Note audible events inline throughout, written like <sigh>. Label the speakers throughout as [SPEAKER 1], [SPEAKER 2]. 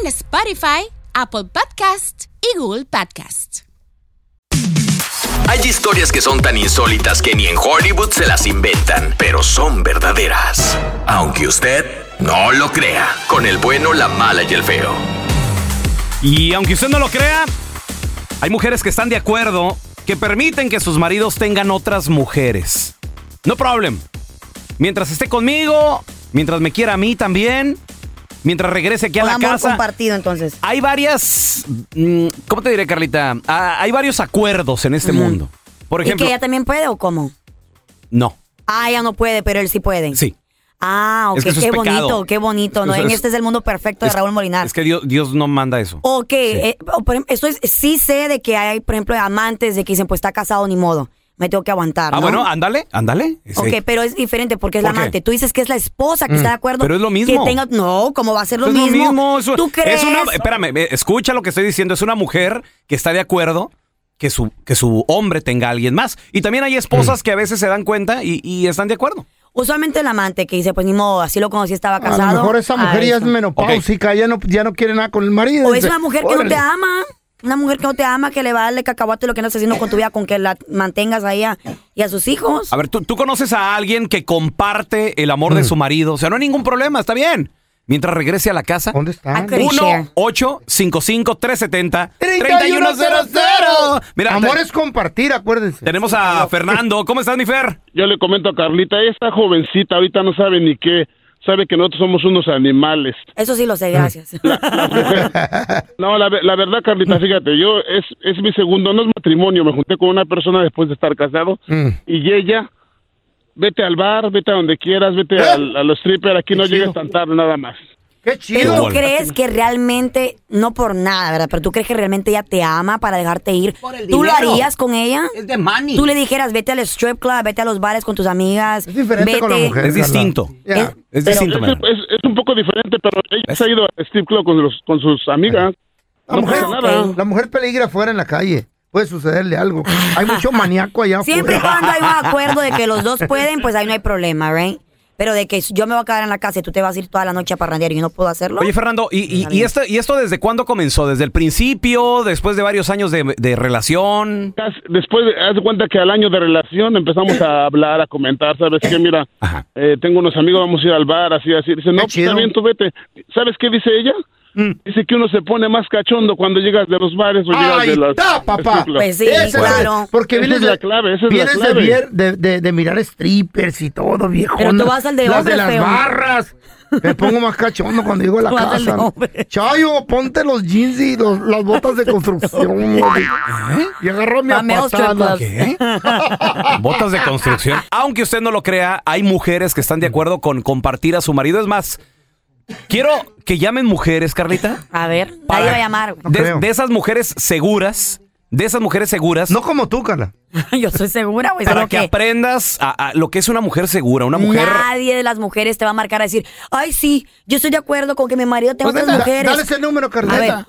[SPEAKER 1] en Spotify, Apple Podcast y Google Podcast.
[SPEAKER 2] Hay historias que son tan insólitas que ni en Hollywood se las inventan, pero son verdaderas. Aunque usted no lo crea, con el bueno, la mala y el feo.
[SPEAKER 3] Y aunque usted no lo crea, hay mujeres que están de acuerdo que permiten que sus maridos tengan otras mujeres. No problem. Mientras esté conmigo, mientras me quiera a mí también, mientras regrese aquí a
[SPEAKER 4] Un
[SPEAKER 3] la
[SPEAKER 4] amor
[SPEAKER 3] casa.
[SPEAKER 4] compartido, entonces.
[SPEAKER 3] Hay varias. mm, ¿Cómo te diré, Carlita? Ah, hay varios acuerdos en este mundo. Por ejemplo.
[SPEAKER 4] ¿Y que ella también puede o cómo?
[SPEAKER 3] No.
[SPEAKER 4] Ah, ella no puede, pero él sí puede.
[SPEAKER 3] Sí.
[SPEAKER 4] Ah, ok,
[SPEAKER 3] Es que eso es
[SPEAKER 4] qué
[SPEAKER 3] pecado.
[SPEAKER 4] bonito, qué bonito. ¿no?
[SPEAKER 3] Es-
[SPEAKER 4] En
[SPEAKER 3] es-
[SPEAKER 4] este es el mundo perfecto de
[SPEAKER 3] Es-
[SPEAKER 4] Raúl Molinar.
[SPEAKER 3] Es que Dios, Dios no manda eso.
[SPEAKER 4] Ah. O que, eh, o por ejemplo, esto es, sí sé de que hay, por ejemplo, amantes de que dicen, pues está casado, ni modo, me tengo que aguantar.
[SPEAKER 3] ah,
[SPEAKER 4] ¿no?
[SPEAKER 3] bueno, ándale, ándale. Sí.
[SPEAKER 4] Ok, pero es diferente porque es
[SPEAKER 3] ¿Por
[SPEAKER 4] la amante.
[SPEAKER 3] qué? Mm,
[SPEAKER 4] Tú dices que es la esposa que está de acuerdo.
[SPEAKER 3] pero es lo mismo. Pues
[SPEAKER 4] Que tenga, no, ¿cómo va a ser lo
[SPEAKER 3] Es
[SPEAKER 4] mismo?
[SPEAKER 3] es un-
[SPEAKER 4] ¿Tú crees?
[SPEAKER 3] Es una, eh, espérame, ve, escucha lo que estoy diciendo. Es una mujer que está de acuerdo que su, que su hombre tenga a alguien más. Y también hay esposas
[SPEAKER 4] Mm.
[SPEAKER 3] que a veces se dan cuenta y, y están de acuerdo.
[SPEAKER 4] Usualmente el amante que dice, pues ni modo, así lo conocí, estaba
[SPEAKER 5] A
[SPEAKER 4] casado.
[SPEAKER 5] lo mejor esa mujer
[SPEAKER 4] Ah,
[SPEAKER 5] ya es
[SPEAKER 4] eso.
[SPEAKER 5] menopáusica, ya, no, ya no quiere nada con el marido.
[SPEAKER 4] O es
[SPEAKER 5] Dice,
[SPEAKER 4] una mujer que no
[SPEAKER 5] "Órale".
[SPEAKER 4] te ama. Una mujer que no te ama, que le vale cacahuate lo que no estás haciendo con tu vida, con que la mantengas ahí a- y a sus hijos.
[SPEAKER 3] A ver, ¿tú, tú conoces a alguien que comparte el amor
[SPEAKER 4] Mm.
[SPEAKER 3] de su marido. O sea, no hay ningún problema, está bien. Mientras regrese a la casa.
[SPEAKER 5] ¿Dónde está?
[SPEAKER 4] Ah, creo-
[SPEAKER 3] 1 855 370 Mira,
[SPEAKER 5] Amor
[SPEAKER 3] te-
[SPEAKER 5] es compartir, acuérdense.
[SPEAKER 3] tenemos a Fernando. ¿Cómo estás, mi Fer?
[SPEAKER 6] Yo le comento a Carlita, esta jovencita ahorita no sabe ni qué, sabe que nosotros somos unos animales.
[SPEAKER 4] Eso sí lo sé,
[SPEAKER 5] <laughs>
[SPEAKER 4] gracias. <laughs>
[SPEAKER 6] No, la, ve- la verdad, Carlita, fíjate, yo es, es mi segundo, no es matrimonio, me junté con una persona después de estar casado
[SPEAKER 5] Mm.
[SPEAKER 6] y ella, vete al bar, vete a donde quieras, vete al- a los strippers, aquí no
[SPEAKER 5] Qué chido.
[SPEAKER 6] llegues tan tarde nada más.
[SPEAKER 5] Qué
[SPEAKER 4] Pero
[SPEAKER 5] chido.
[SPEAKER 4] tú
[SPEAKER 3] Hola.
[SPEAKER 4] crees que realmente, no por nada, ¿verdad? Pero tú crees que realmente ella te ama para dejarte ir.
[SPEAKER 7] Por el
[SPEAKER 4] ¿Tú lo
[SPEAKER 7] dinero.
[SPEAKER 4] harías con ella?
[SPEAKER 7] Es de money.
[SPEAKER 4] Tú le dijeras, vete al strip club, vete a los bares con tus amigas.
[SPEAKER 5] Es diferente con la
[SPEAKER 4] vete.
[SPEAKER 5] mujer.
[SPEAKER 3] Es
[SPEAKER 5] Carla.
[SPEAKER 3] distinto.
[SPEAKER 5] Ya.
[SPEAKER 4] Es-
[SPEAKER 3] Es
[SPEAKER 4] Pero-
[SPEAKER 3] distinto,
[SPEAKER 6] Es,
[SPEAKER 3] mira.
[SPEAKER 6] es- es un poco diferente, pero ella
[SPEAKER 3] ¿Ves?
[SPEAKER 6] se ha ido al strip club con, los, con sus amigas.
[SPEAKER 5] La,
[SPEAKER 6] No
[SPEAKER 5] mujer,
[SPEAKER 6] pasa nada.
[SPEAKER 5] la mujer peligra afuera en la calle. Puede sucederle algo. Hay mucho maníaco allá afuera.
[SPEAKER 4] Ah. Siempre y cuando hay
[SPEAKER 5] <laughs>
[SPEAKER 4] un acuerdo de que los dos pueden, pues ahí no hay problema, ¿right? Pero de que yo me voy a quedar en la casa y tú te vas a ir toda la noche a parrandear y yo no puedo hacerlo.
[SPEAKER 3] Oye, Fernando, ¿y, y-
[SPEAKER 4] Está
[SPEAKER 3] y
[SPEAKER 4] bien.
[SPEAKER 3] esto, ¿y esto desde cuándo comenzó? ¿Desde el principio? ¿Después de varios años de, de
[SPEAKER 5] <laughs>
[SPEAKER 3] relación?
[SPEAKER 6] Casi- Después, de- haz de cuenta que al año de relación empezamos a hablar, a comentar, ¿sabes qué? Mira,
[SPEAKER 3] Ajá.
[SPEAKER 6] eh, tengo unos amigos, vamos a ir al bar, así, así. Dice, no, pues,
[SPEAKER 5] Ah, chido. Mm.
[SPEAKER 6] está bien, tú vete. ¿Sabes qué dice ella? Dice que uno se pone más cachondo cuando llegas de los bares o llegas
[SPEAKER 5] Ahí
[SPEAKER 6] Pues de las...
[SPEAKER 5] está,
[SPEAKER 6] <laughs>
[SPEAKER 5] papá.
[SPEAKER 4] Pues sí,
[SPEAKER 5] Esa es la-
[SPEAKER 4] claro.
[SPEAKER 5] porque
[SPEAKER 6] Esa
[SPEAKER 5] vienes
[SPEAKER 6] es la
[SPEAKER 5] de-
[SPEAKER 6] clave, esa es la
[SPEAKER 5] vienes de
[SPEAKER 6] clave.
[SPEAKER 5] vier- De, de- de mirar strippers y todo, viejo.
[SPEAKER 4] Pero tú vas al de
[SPEAKER 5] Las de
[SPEAKER 4] hombres,
[SPEAKER 5] las
[SPEAKER 4] feo.
[SPEAKER 5] barras. Me pongo más cachondo cuando llego a
[SPEAKER 4] <laughs>
[SPEAKER 5] la
[SPEAKER 4] Tú vas al de
[SPEAKER 5] casa.
[SPEAKER 4] hombres.
[SPEAKER 5] Chayo, ponte los jeans y los- las botas de
[SPEAKER 4] <laughs>
[SPEAKER 5] construcción. güey. ¿Eh? Y agarro mi
[SPEAKER 4] Mameo strip
[SPEAKER 5] patada.
[SPEAKER 4] clubs.
[SPEAKER 3] ¿Qué? Botas de construcción. Aunque usted no lo crea, hay mujeres que están de acuerdo con compartir a su marido. Es más, quiero que llamen mujeres, Carlita.
[SPEAKER 4] A ver, nadie va a llamar. güey.
[SPEAKER 3] De,
[SPEAKER 5] creo.
[SPEAKER 3] de esas mujeres seguras, de esas mujeres seguras,
[SPEAKER 5] No como tú, Carla.
[SPEAKER 4] <laughs> yo soy segura, güey.
[SPEAKER 3] para
[SPEAKER 4] solo
[SPEAKER 3] que
[SPEAKER 4] que
[SPEAKER 3] aprendas a, a lo que es una mujer segura, una mujer...
[SPEAKER 4] Nadie de las mujeres te va a marcar a decir, ay, sí, yo estoy de acuerdo con que mi marido tenga
[SPEAKER 5] Pues,
[SPEAKER 4] otras
[SPEAKER 5] da-
[SPEAKER 4] mujeres.
[SPEAKER 5] Dale ese número,
[SPEAKER 4] A ver,
[SPEAKER 5] Carlita.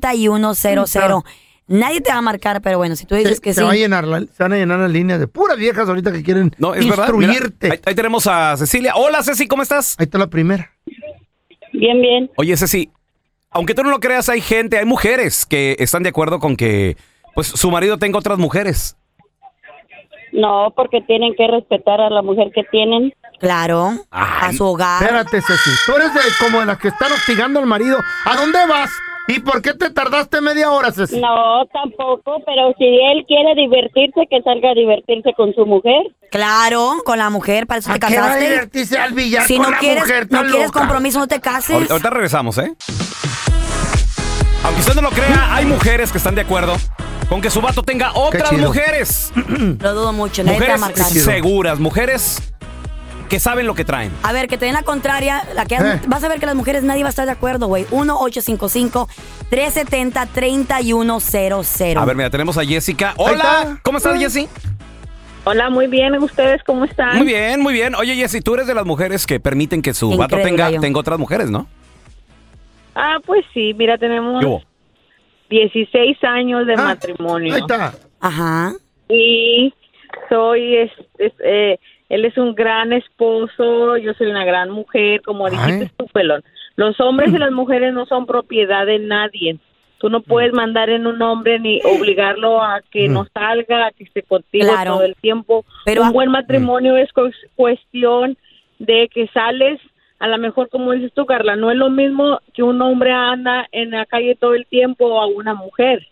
[SPEAKER 4] 1-855-370-3100. Nadie te va a marcar, pero bueno, si tú dices
[SPEAKER 5] Se,
[SPEAKER 4] que
[SPEAKER 5] se
[SPEAKER 4] sí.
[SPEAKER 5] va a llenar la- se van a llenar las líneas de puras viejas ahorita que quieren
[SPEAKER 3] No, es verdad. Mira,
[SPEAKER 5] instruirte.
[SPEAKER 3] ahí, ahí tenemos a Cecilia. Hola, Ceci, ¿cómo estás?
[SPEAKER 5] Ahí está la primera.
[SPEAKER 8] Bien, bien.
[SPEAKER 3] Oye, Ceci, aunque tú no lo creas, hay gente, hay mujeres que están de acuerdo con que pues su marido tenga otras mujeres.
[SPEAKER 8] No, porque tienen que respetar a la mujer que tienen.
[SPEAKER 4] Claro. a su hogar.
[SPEAKER 5] Espérate, Ceci. Tú eres de- como de las que están hostigando al marido. ¿A dónde vas? ¿Y por qué te tardaste media hora, Ceci?
[SPEAKER 8] No, tampoco, pero si él quiere divertirse, que salga a divertirse con su mujer.
[SPEAKER 4] Claro, con la mujer, para eso te
[SPEAKER 5] ¿A qué va a
[SPEAKER 4] casaste.
[SPEAKER 5] divertirse al billar
[SPEAKER 4] si
[SPEAKER 5] con
[SPEAKER 4] no
[SPEAKER 5] la
[SPEAKER 4] quieres,
[SPEAKER 5] mujer
[SPEAKER 4] no
[SPEAKER 5] tan
[SPEAKER 4] quieres
[SPEAKER 5] loca?
[SPEAKER 4] compromiso, no te cases.
[SPEAKER 3] Ahorita ahorita regresamos, ¿eh? Aunque usted no lo crea, hay mujeres que están de acuerdo con que su vato tenga otras
[SPEAKER 5] chido.
[SPEAKER 3] mujeres.
[SPEAKER 4] Lo dudo mucho, nadie te va a
[SPEAKER 3] Mujeres
[SPEAKER 4] marcar.
[SPEAKER 5] chido.
[SPEAKER 3] seguras, mujeres que saben lo que traen.
[SPEAKER 4] A ver, que te den la contraria, la que
[SPEAKER 5] Eh.
[SPEAKER 4] vas a ver que las mujeres nadie va a estar de acuerdo, güey. 1-855-370-3100.
[SPEAKER 3] A ver, mira, tenemos a Jessica. Hola,
[SPEAKER 5] está.
[SPEAKER 3] ¿cómo estás, Jessy?
[SPEAKER 8] Hola, muy bien. ¿Ustedes cómo están?
[SPEAKER 3] Muy bien, muy bien. Oye, Jessy, tú eres de las mujeres que permiten que su vato
[SPEAKER 4] Increíble,
[SPEAKER 3] tenga,
[SPEAKER 4] yo.
[SPEAKER 3] tenga otras mujeres, ¿no?
[SPEAKER 8] Ah, pues sí, mira, tenemos
[SPEAKER 3] ¿Qué hubo?
[SPEAKER 8] 16 años de
[SPEAKER 5] Ah,
[SPEAKER 8] matrimonio.
[SPEAKER 5] Ahí está.
[SPEAKER 4] Ajá.
[SPEAKER 8] Y soy, es, es- eh, él es un gran esposo, yo soy una gran mujer, como dijiste
[SPEAKER 5] Ay.
[SPEAKER 8] tú, pelón. Los hombres
[SPEAKER 4] Mm.
[SPEAKER 8] y las mujeres no son propiedad de nadie. Tú no puedes
[SPEAKER 4] Mm.
[SPEAKER 8] mandar en un hombre ni obligarlo a que no salga, a que esté contigo
[SPEAKER 4] Claro.
[SPEAKER 8] todo el tiempo.
[SPEAKER 4] Pero
[SPEAKER 8] un
[SPEAKER 4] a- Mm.
[SPEAKER 8] buen matrimonio es cu- cuestión de que sales, a lo mejor como dices tú, Carla, no es lo mismo que un hombre anda en la calle todo el tiempo o a una mujer,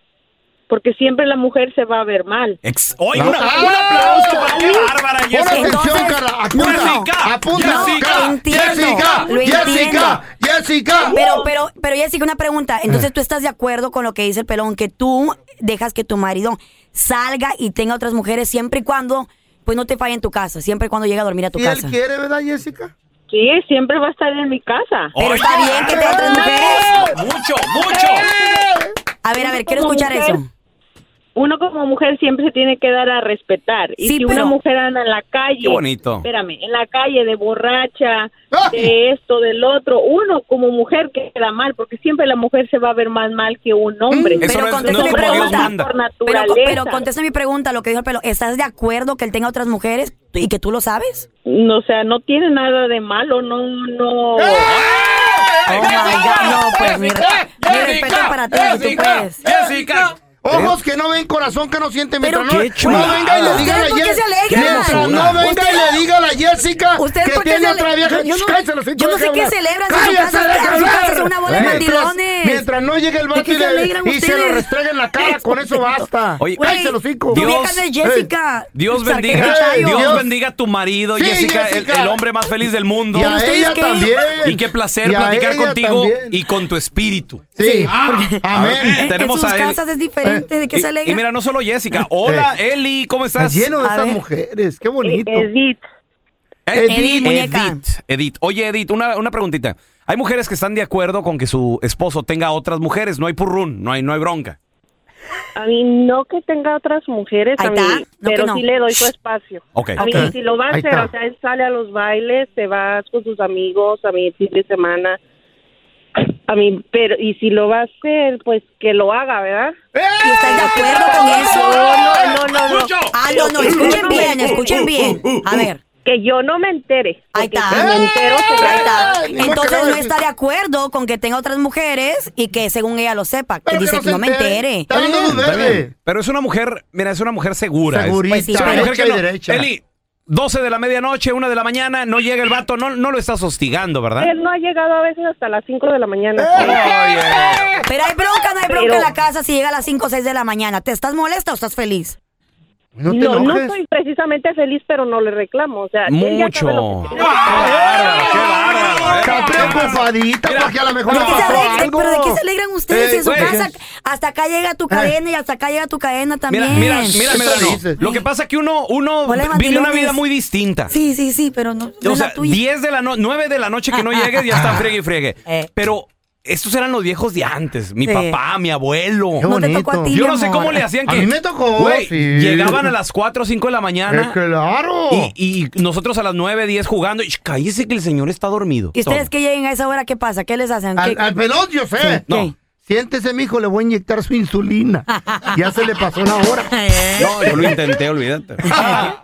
[SPEAKER 8] porque siempre la mujer se va a ver mal.
[SPEAKER 3] Ex- ¡Oye,
[SPEAKER 5] Ah.
[SPEAKER 3] un aplauso! para- ¡Qué bárbara,
[SPEAKER 5] Pon
[SPEAKER 3] Jessy!
[SPEAKER 4] Entonces,
[SPEAKER 5] atención, Carla. Apunta.
[SPEAKER 3] Jessica,
[SPEAKER 5] Apunta.
[SPEAKER 3] Jessica,
[SPEAKER 5] Carla.
[SPEAKER 4] entiendo,
[SPEAKER 5] Jessica.
[SPEAKER 4] lo
[SPEAKER 5] Jessica. Jessica.
[SPEAKER 4] Pero, pero, pero Jessica, una pregunta. Entonces, ¿tú estás de acuerdo con lo que dice el pelón? Que tú dejas que tu marido salga y tenga otras mujeres siempre y cuando, pues no te falle en tu casa, siempre y cuando llegue a dormir a tu
[SPEAKER 5] Si él
[SPEAKER 4] casa.
[SPEAKER 5] quiere, ¿verdad, Jessica?
[SPEAKER 8] Sí, siempre va a estar en mi casa.
[SPEAKER 4] Pero
[SPEAKER 3] Oye.
[SPEAKER 4] está bien que tenga otras mujeres.
[SPEAKER 3] ¡Mucho, mucho!
[SPEAKER 4] A ver, a ver, quiero escuchar eso.
[SPEAKER 8] Uno como mujer siempre se tiene que dar a respetar. Y
[SPEAKER 4] Sí,
[SPEAKER 8] si
[SPEAKER 4] pero-
[SPEAKER 8] una mujer anda en la calle,
[SPEAKER 3] Qué bonito.
[SPEAKER 8] espérame, en la calle de borracha,
[SPEAKER 5] ¡Ah!
[SPEAKER 8] de esto, del otro, uno como mujer queda mal, porque siempre la mujer se va a ver más mal que un hombre.
[SPEAKER 3] Mm, Eso no
[SPEAKER 4] pero
[SPEAKER 3] es-
[SPEAKER 4] contesta
[SPEAKER 3] no
[SPEAKER 4] mi
[SPEAKER 3] es como Dios
[SPEAKER 4] pregunta.
[SPEAKER 3] manda.
[SPEAKER 8] Por
[SPEAKER 4] Pero,
[SPEAKER 8] naturaleza.
[SPEAKER 4] pero contesta mi pregunta, lo que dijo el pelo. ¿Estás de acuerdo que él tenga otras mujeres y que tú lo sabes?
[SPEAKER 8] No, o sea, no tiene nada de malo, no, no.
[SPEAKER 5] ¡Eh!
[SPEAKER 3] ¡Eh!
[SPEAKER 4] Oh my God, no, pues mi, re- mi respeto para ti, pues. si tú puedes.
[SPEAKER 3] ¡Jessica!
[SPEAKER 5] Ojos que no ven, corazón que no siente. Mientras
[SPEAKER 4] Pero
[SPEAKER 5] no,
[SPEAKER 4] qué
[SPEAKER 5] no
[SPEAKER 3] chulada.
[SPEAKER 5] venga y le diga a la
[SPEAKER 4] ¿Ustedes por qué se
[SPEAKER 5] Jessica.
[SPEAKER 4] alegran?
[SPEAKER 5] Mientras no
[SPEAKER 4] Ustedes-
[SPEAKER 5] venga y le diga a la Jessica
[SPEAKER 4] ¿Ustedes
[SPEAKER 5] que
[SPEAKER 4] por qué
[SPEAKER 5] tiene
[SPEAKER 4] se
[SPEAKER 5] otra
[SPEAKER 4] ale-
[SPEAKER 5] vieja.
[SPEAKER 4] Yo- yo no-
[SPEAKER 5] Shh, cállese, los hijos,
[SPEAKER 4] yo no sé qué
[SPEAKER 5] déjala hablar.
[SPEAKER 4] celebran, si en su
[SPEAKER 5] Cállese,
[SPEAKER 4] casa- en
[SPEAKER 5] déjala
[SPEAKER 4] su casa
[SPEAKER 5] hablar.
[SPEAKER 4] es una bola de
[SPEAKER 5] Mientras-
[SPEAKER 4] mandilones.
[SPEAKER 5] Mientras no llegue el
[SPEAKER 4] ¿De
[SPEAKER 5] vato
[SPEAKER 4] qué
[SPEAKER 5] y,
[SPEAKER 4] se
[SPEAKER 5] le-
[SPEAKER 4] alegran
[SPEAKER 5] y se lo
[SPEAKER 4] ustedes?
[SPEAKER 5] restrega en la cara. Con
[SPEAKER 4] <laughs>
[SPEAKER 5] eso basta.
[SPEAKER 3] Oye,
[SPEAKER 4] Güey,
[SPEAKER 5] cállese los hijos.
[SPEAKER 4] tu
[SPEAKER 3] Dios-
[SPEAKER 4] vieja no es Jessica.
[SPEAKER 3] Dios
[SPEAKER 4] Sarca-
[SPEAKER 3] bendiga,
[SPEAKER 4] Chayo.
[SPEAKER 3] Dios,
[SPEAKER 5] Dios.
[SPEAKER 3] bendiga a tu marido,
[SPEAKER 5] Sí,
[SPEAKER 3] Jessica, el- El,
[SPEAKER 5] Jessica.
[SPEAKER 3] hombre más feliz del mundo.
[SPEAKER 5] Y a
[SPEAKER 4] ustedes
[SPEAKER 5] ella
[SPEAKER 4] qué?
[SPEAKER 5] también.
[SPEAKER 3] Y qué placer
[SPEAKER 5] Y a
[SPEAKER 3] platicar
[SPEAKER 5] ella
[SPEAKER 3] contigo
[SPEAKER 5] también.
[SPEAKER 3] y con tu espíritu.
[SPEAKER 5] Sí. ah,
[SPEAKER 3] A ver,
[SPEAKER 5] Amén.
[SPEAKER 4] <laughs> En-
[SPEAKER 3] tenemos
[SPEAKER 4] en sus
[SPEAKER 3] a Eli.
[SPEAKER 4] casas es diferente, ¿de qué Eh. se
[SPEAKER 3] Y, y
[SPEAKER 4] alegran?
[SPEAKER 3] mira, no solo Jessica. Hola, Eli, ¿cómo
[SPEAKER 5] Está
[SPEAKER 3] estás?
[SPEAKER 5] lleno de
[SPEAKER 4] A
[SPEAKER 5] esas
[SPEAKER 4] ver.
[SPEAKER 5] mujeres. Qué bonito.
[SPEAKER 8] Edith,
[SPEAKER 3] Edith,
[SPEAKER 4] Edith, muñeca.
[SPEAKER 3] Edith, Edith. Oye, Edith, una, una preguntita. Hay mujeres que están de acuerdo con que su esposo tenga otras mujeres. No hay purrún, no hay, no hay bronca.
[SPEAKER 8] a mí no que tenga otras mujeres,
[SPEAKER 4] Ahí
[SPEAKER 8] a mí,
[SPEAKER 4] está, no que
[SPEAKER 8] pero
[SPEAKER 4] no.
[SPEAKER 8] sí le doy su espacio.
[SPEAKER 3] Ok.
[SPEAKER 8] A mí,
[SPEAKER 5] Ok.
[SPEAKER 8] si lo va a
[SPEAKER 5] Ahí
[SPEAKER 8] hacer,
[SPEAKER 5] está.
[SPEAKER 8] o sea, él sale a los bailes, te vas con sus amigos, a mi fin de semana. A mí, pero, y si lo va a hacer, pues que lo haga, ¿verdad?
[SPEAKER 5] Eh,
[SPEAKER 4] ¿Y estás de acuerdo con eso?
[SPEAKER 8] No, no, no, no. no.
[SPEAKER 4] Ah, no, no, escuchen bien, escuchen bien. A ver,
[SPEAKER 8] Que yo no me entere.
[SPEAKER 4] Ahí
[SPEAKER 8] porque
[SPEAKER 4] está.
[SPEAKER 8] Si me entero, se
[SPEAKER 4] ahí
[SPEAKER 8] va a-
[SPEAKER 4] está.
[SPEAKER 5] ni modo que
[SPEAKER 4] Entonces
[SPEAKER 5] no-
[SPEAKER 4] no está de acuerdo con que tenga otras mujeres y que según ella lo sepa. Que
[SPEAKER 5] Pero que
[SPEAKER 4] dice
[SPEAKER 5] no
[SPEAKER 4] que
[SPEAKER 5] se
[SPEAKER 4] no me entere.
[SPEAKER 5] Está dando luz
[SPEAKER 3] Está bien.
[SPEAKER 5] verde.
[SPEAKER 3] Pero es una mujer, mira, es una mujer segura. es-
[SPEAKER 5] Segurita.
[SPEAKER 4] Pues sí,
[SPEAKER 3] es una
[SPEAKER 4] pero-
[SPEAKER 3] mujer
[SPEAKER 5] derecha
[SPEAKER 3] que
[SPEAKER 5] y
[SPEAKER 3] no-
[SPEAKER 5] derecha.
[SPEAKER 3] Eli, 12 de la medianoche, 1 de la mañana, no llega el vato, no, no lo estás hostigando, ¿verdad?
[SPEAKER 8] Él no ha llegado a veces hasta las 5 de la mañana.
[SPEAKER 5] Eh,
[SPEAKER 3] Oye.
[SPEAKER 4] Pero hay bronca, no hay bronca
[SPEAKER 8] Pero-
[SPEAKER 4] en la casa si llega a las 5 o 6 de la mañana. ¿Te estás molesta o estás feliz?
[SPEAKER 5] No te
[SPEAKER 8] No, no
[SPEAKER 5] enojes.
[SPEAKER 8] estoy precisamente feliz, pero no le reclamo. O sea, él ya sabe lo
[SPEAKER 3] Mucho.
[SPEAKER 8] que
[SPEAKER 3] ¡Qué
[SPEAKER 8] tiene que
[SPEAKER 5] Ah,
[SPEAKER 3] bárbaro, qué bárbaro, eh!
[SPEAKER 5] Está preocupadita
[SPEAKER 3] Mira,
[SPEAKER 5] porque a lo mejor
[SPEAKER 4] ¿De
[SPEAKER 5] le
[SPEAKER 4] qué se
[SPEAKER 5] pasó
[SPEAKER 4] alegran?
[SPEAKER 5] algo.
[SPEAKER 4] ¿Pero de qué se alegran ustedes
[SPEAKER 3] Eh,
[SPEAKER 4] en su
[SPEAKER 3] güey. Eh.
[SPEAKER 4] casa? Hasta acá llega tu cadena y hasta acá llega tu cadena
[SPEAKER 3] Mira,
[SPEAKER 4] también.
[SPEAKER 3] mira, mira,
[SPEAKER 5] Eso
[SPEAKER 3] Medrano,
[SPEAKER 5] dices.
[SPEAKER 3] Lo que pasa es que uno, uno
[SPEAKER 4] Hola,
[SPEAKER 3] vive una
[SPEAKER 4] mandilones.
[SPEAKER 3] vida muy distinta.
[SPEAKER 4] Sí, sí, sí, pero no, no
[SPEAKER 3] O
[SPEAKER 4] es
[SPEAKER 3] sea,
[SPEAKER 4] la tuya.
[SPEAKER 3] 10 de la noche, 9 de la noche
[SPEAKER 4] <laughs>
[SPEAKER 3] que no llegues, ya está friegue y friegue.
[SPEAKER 4] Eh.
[SPEAKER 3] Pero estos eran los viejos de antes. Mi
[SPEAKER 4] Sí.
[SPEAKER 3] papá, mi
[SPEAKER 5] Qué
[SPEAKER 3] abuelo.
[SPEAKER 4] No te tocó a
[SPEAKER 5] bonito.
[SPEAKER 4] ti,
[SPEAKER 3] Yo
[SPEAKER 4] mi
[SPEAKER 3] no sé
[SPEAKER 4] amor.
[SPEAKER 3] cómo le hacían
[SPEAKER 5] A
[SPEAKER 3] que.
[SPEAKER 5] mí me tocó,
[SPEAKER 3] Güey,
[SPEAKER 5] sí.
[SPEAKER 3] Llegaban a las 4 o 5 de la
[SPEAKER 5] Eh,
[SPEAKER 3] mañana.
[SPEAKER 5] claro.
[SPEAKER 3] Y, y nosotros a las 9, 10 jugando. Y sh, cállese que el señor está dormido.
[SPEAKER 4] ¿Y ustedes
[SPEAKER 3] Todo.
[SPEAKER 4] que lleguen a esa hora qué pasa? ¿Qué les hacen?
[SPEAKER 5] Al,
[SPEAKER 4] ¿Qué-
[SPEAKER 5] al pelón, yo sé.
[SPEAKER 3] No. ¿Qué?
[SPEAKER 5] Siéntese, mijo, le voy a inyectar su insulina. ya se le pasó una hora.
[SPEAKER 3] No, yo lo intenté, olvídate.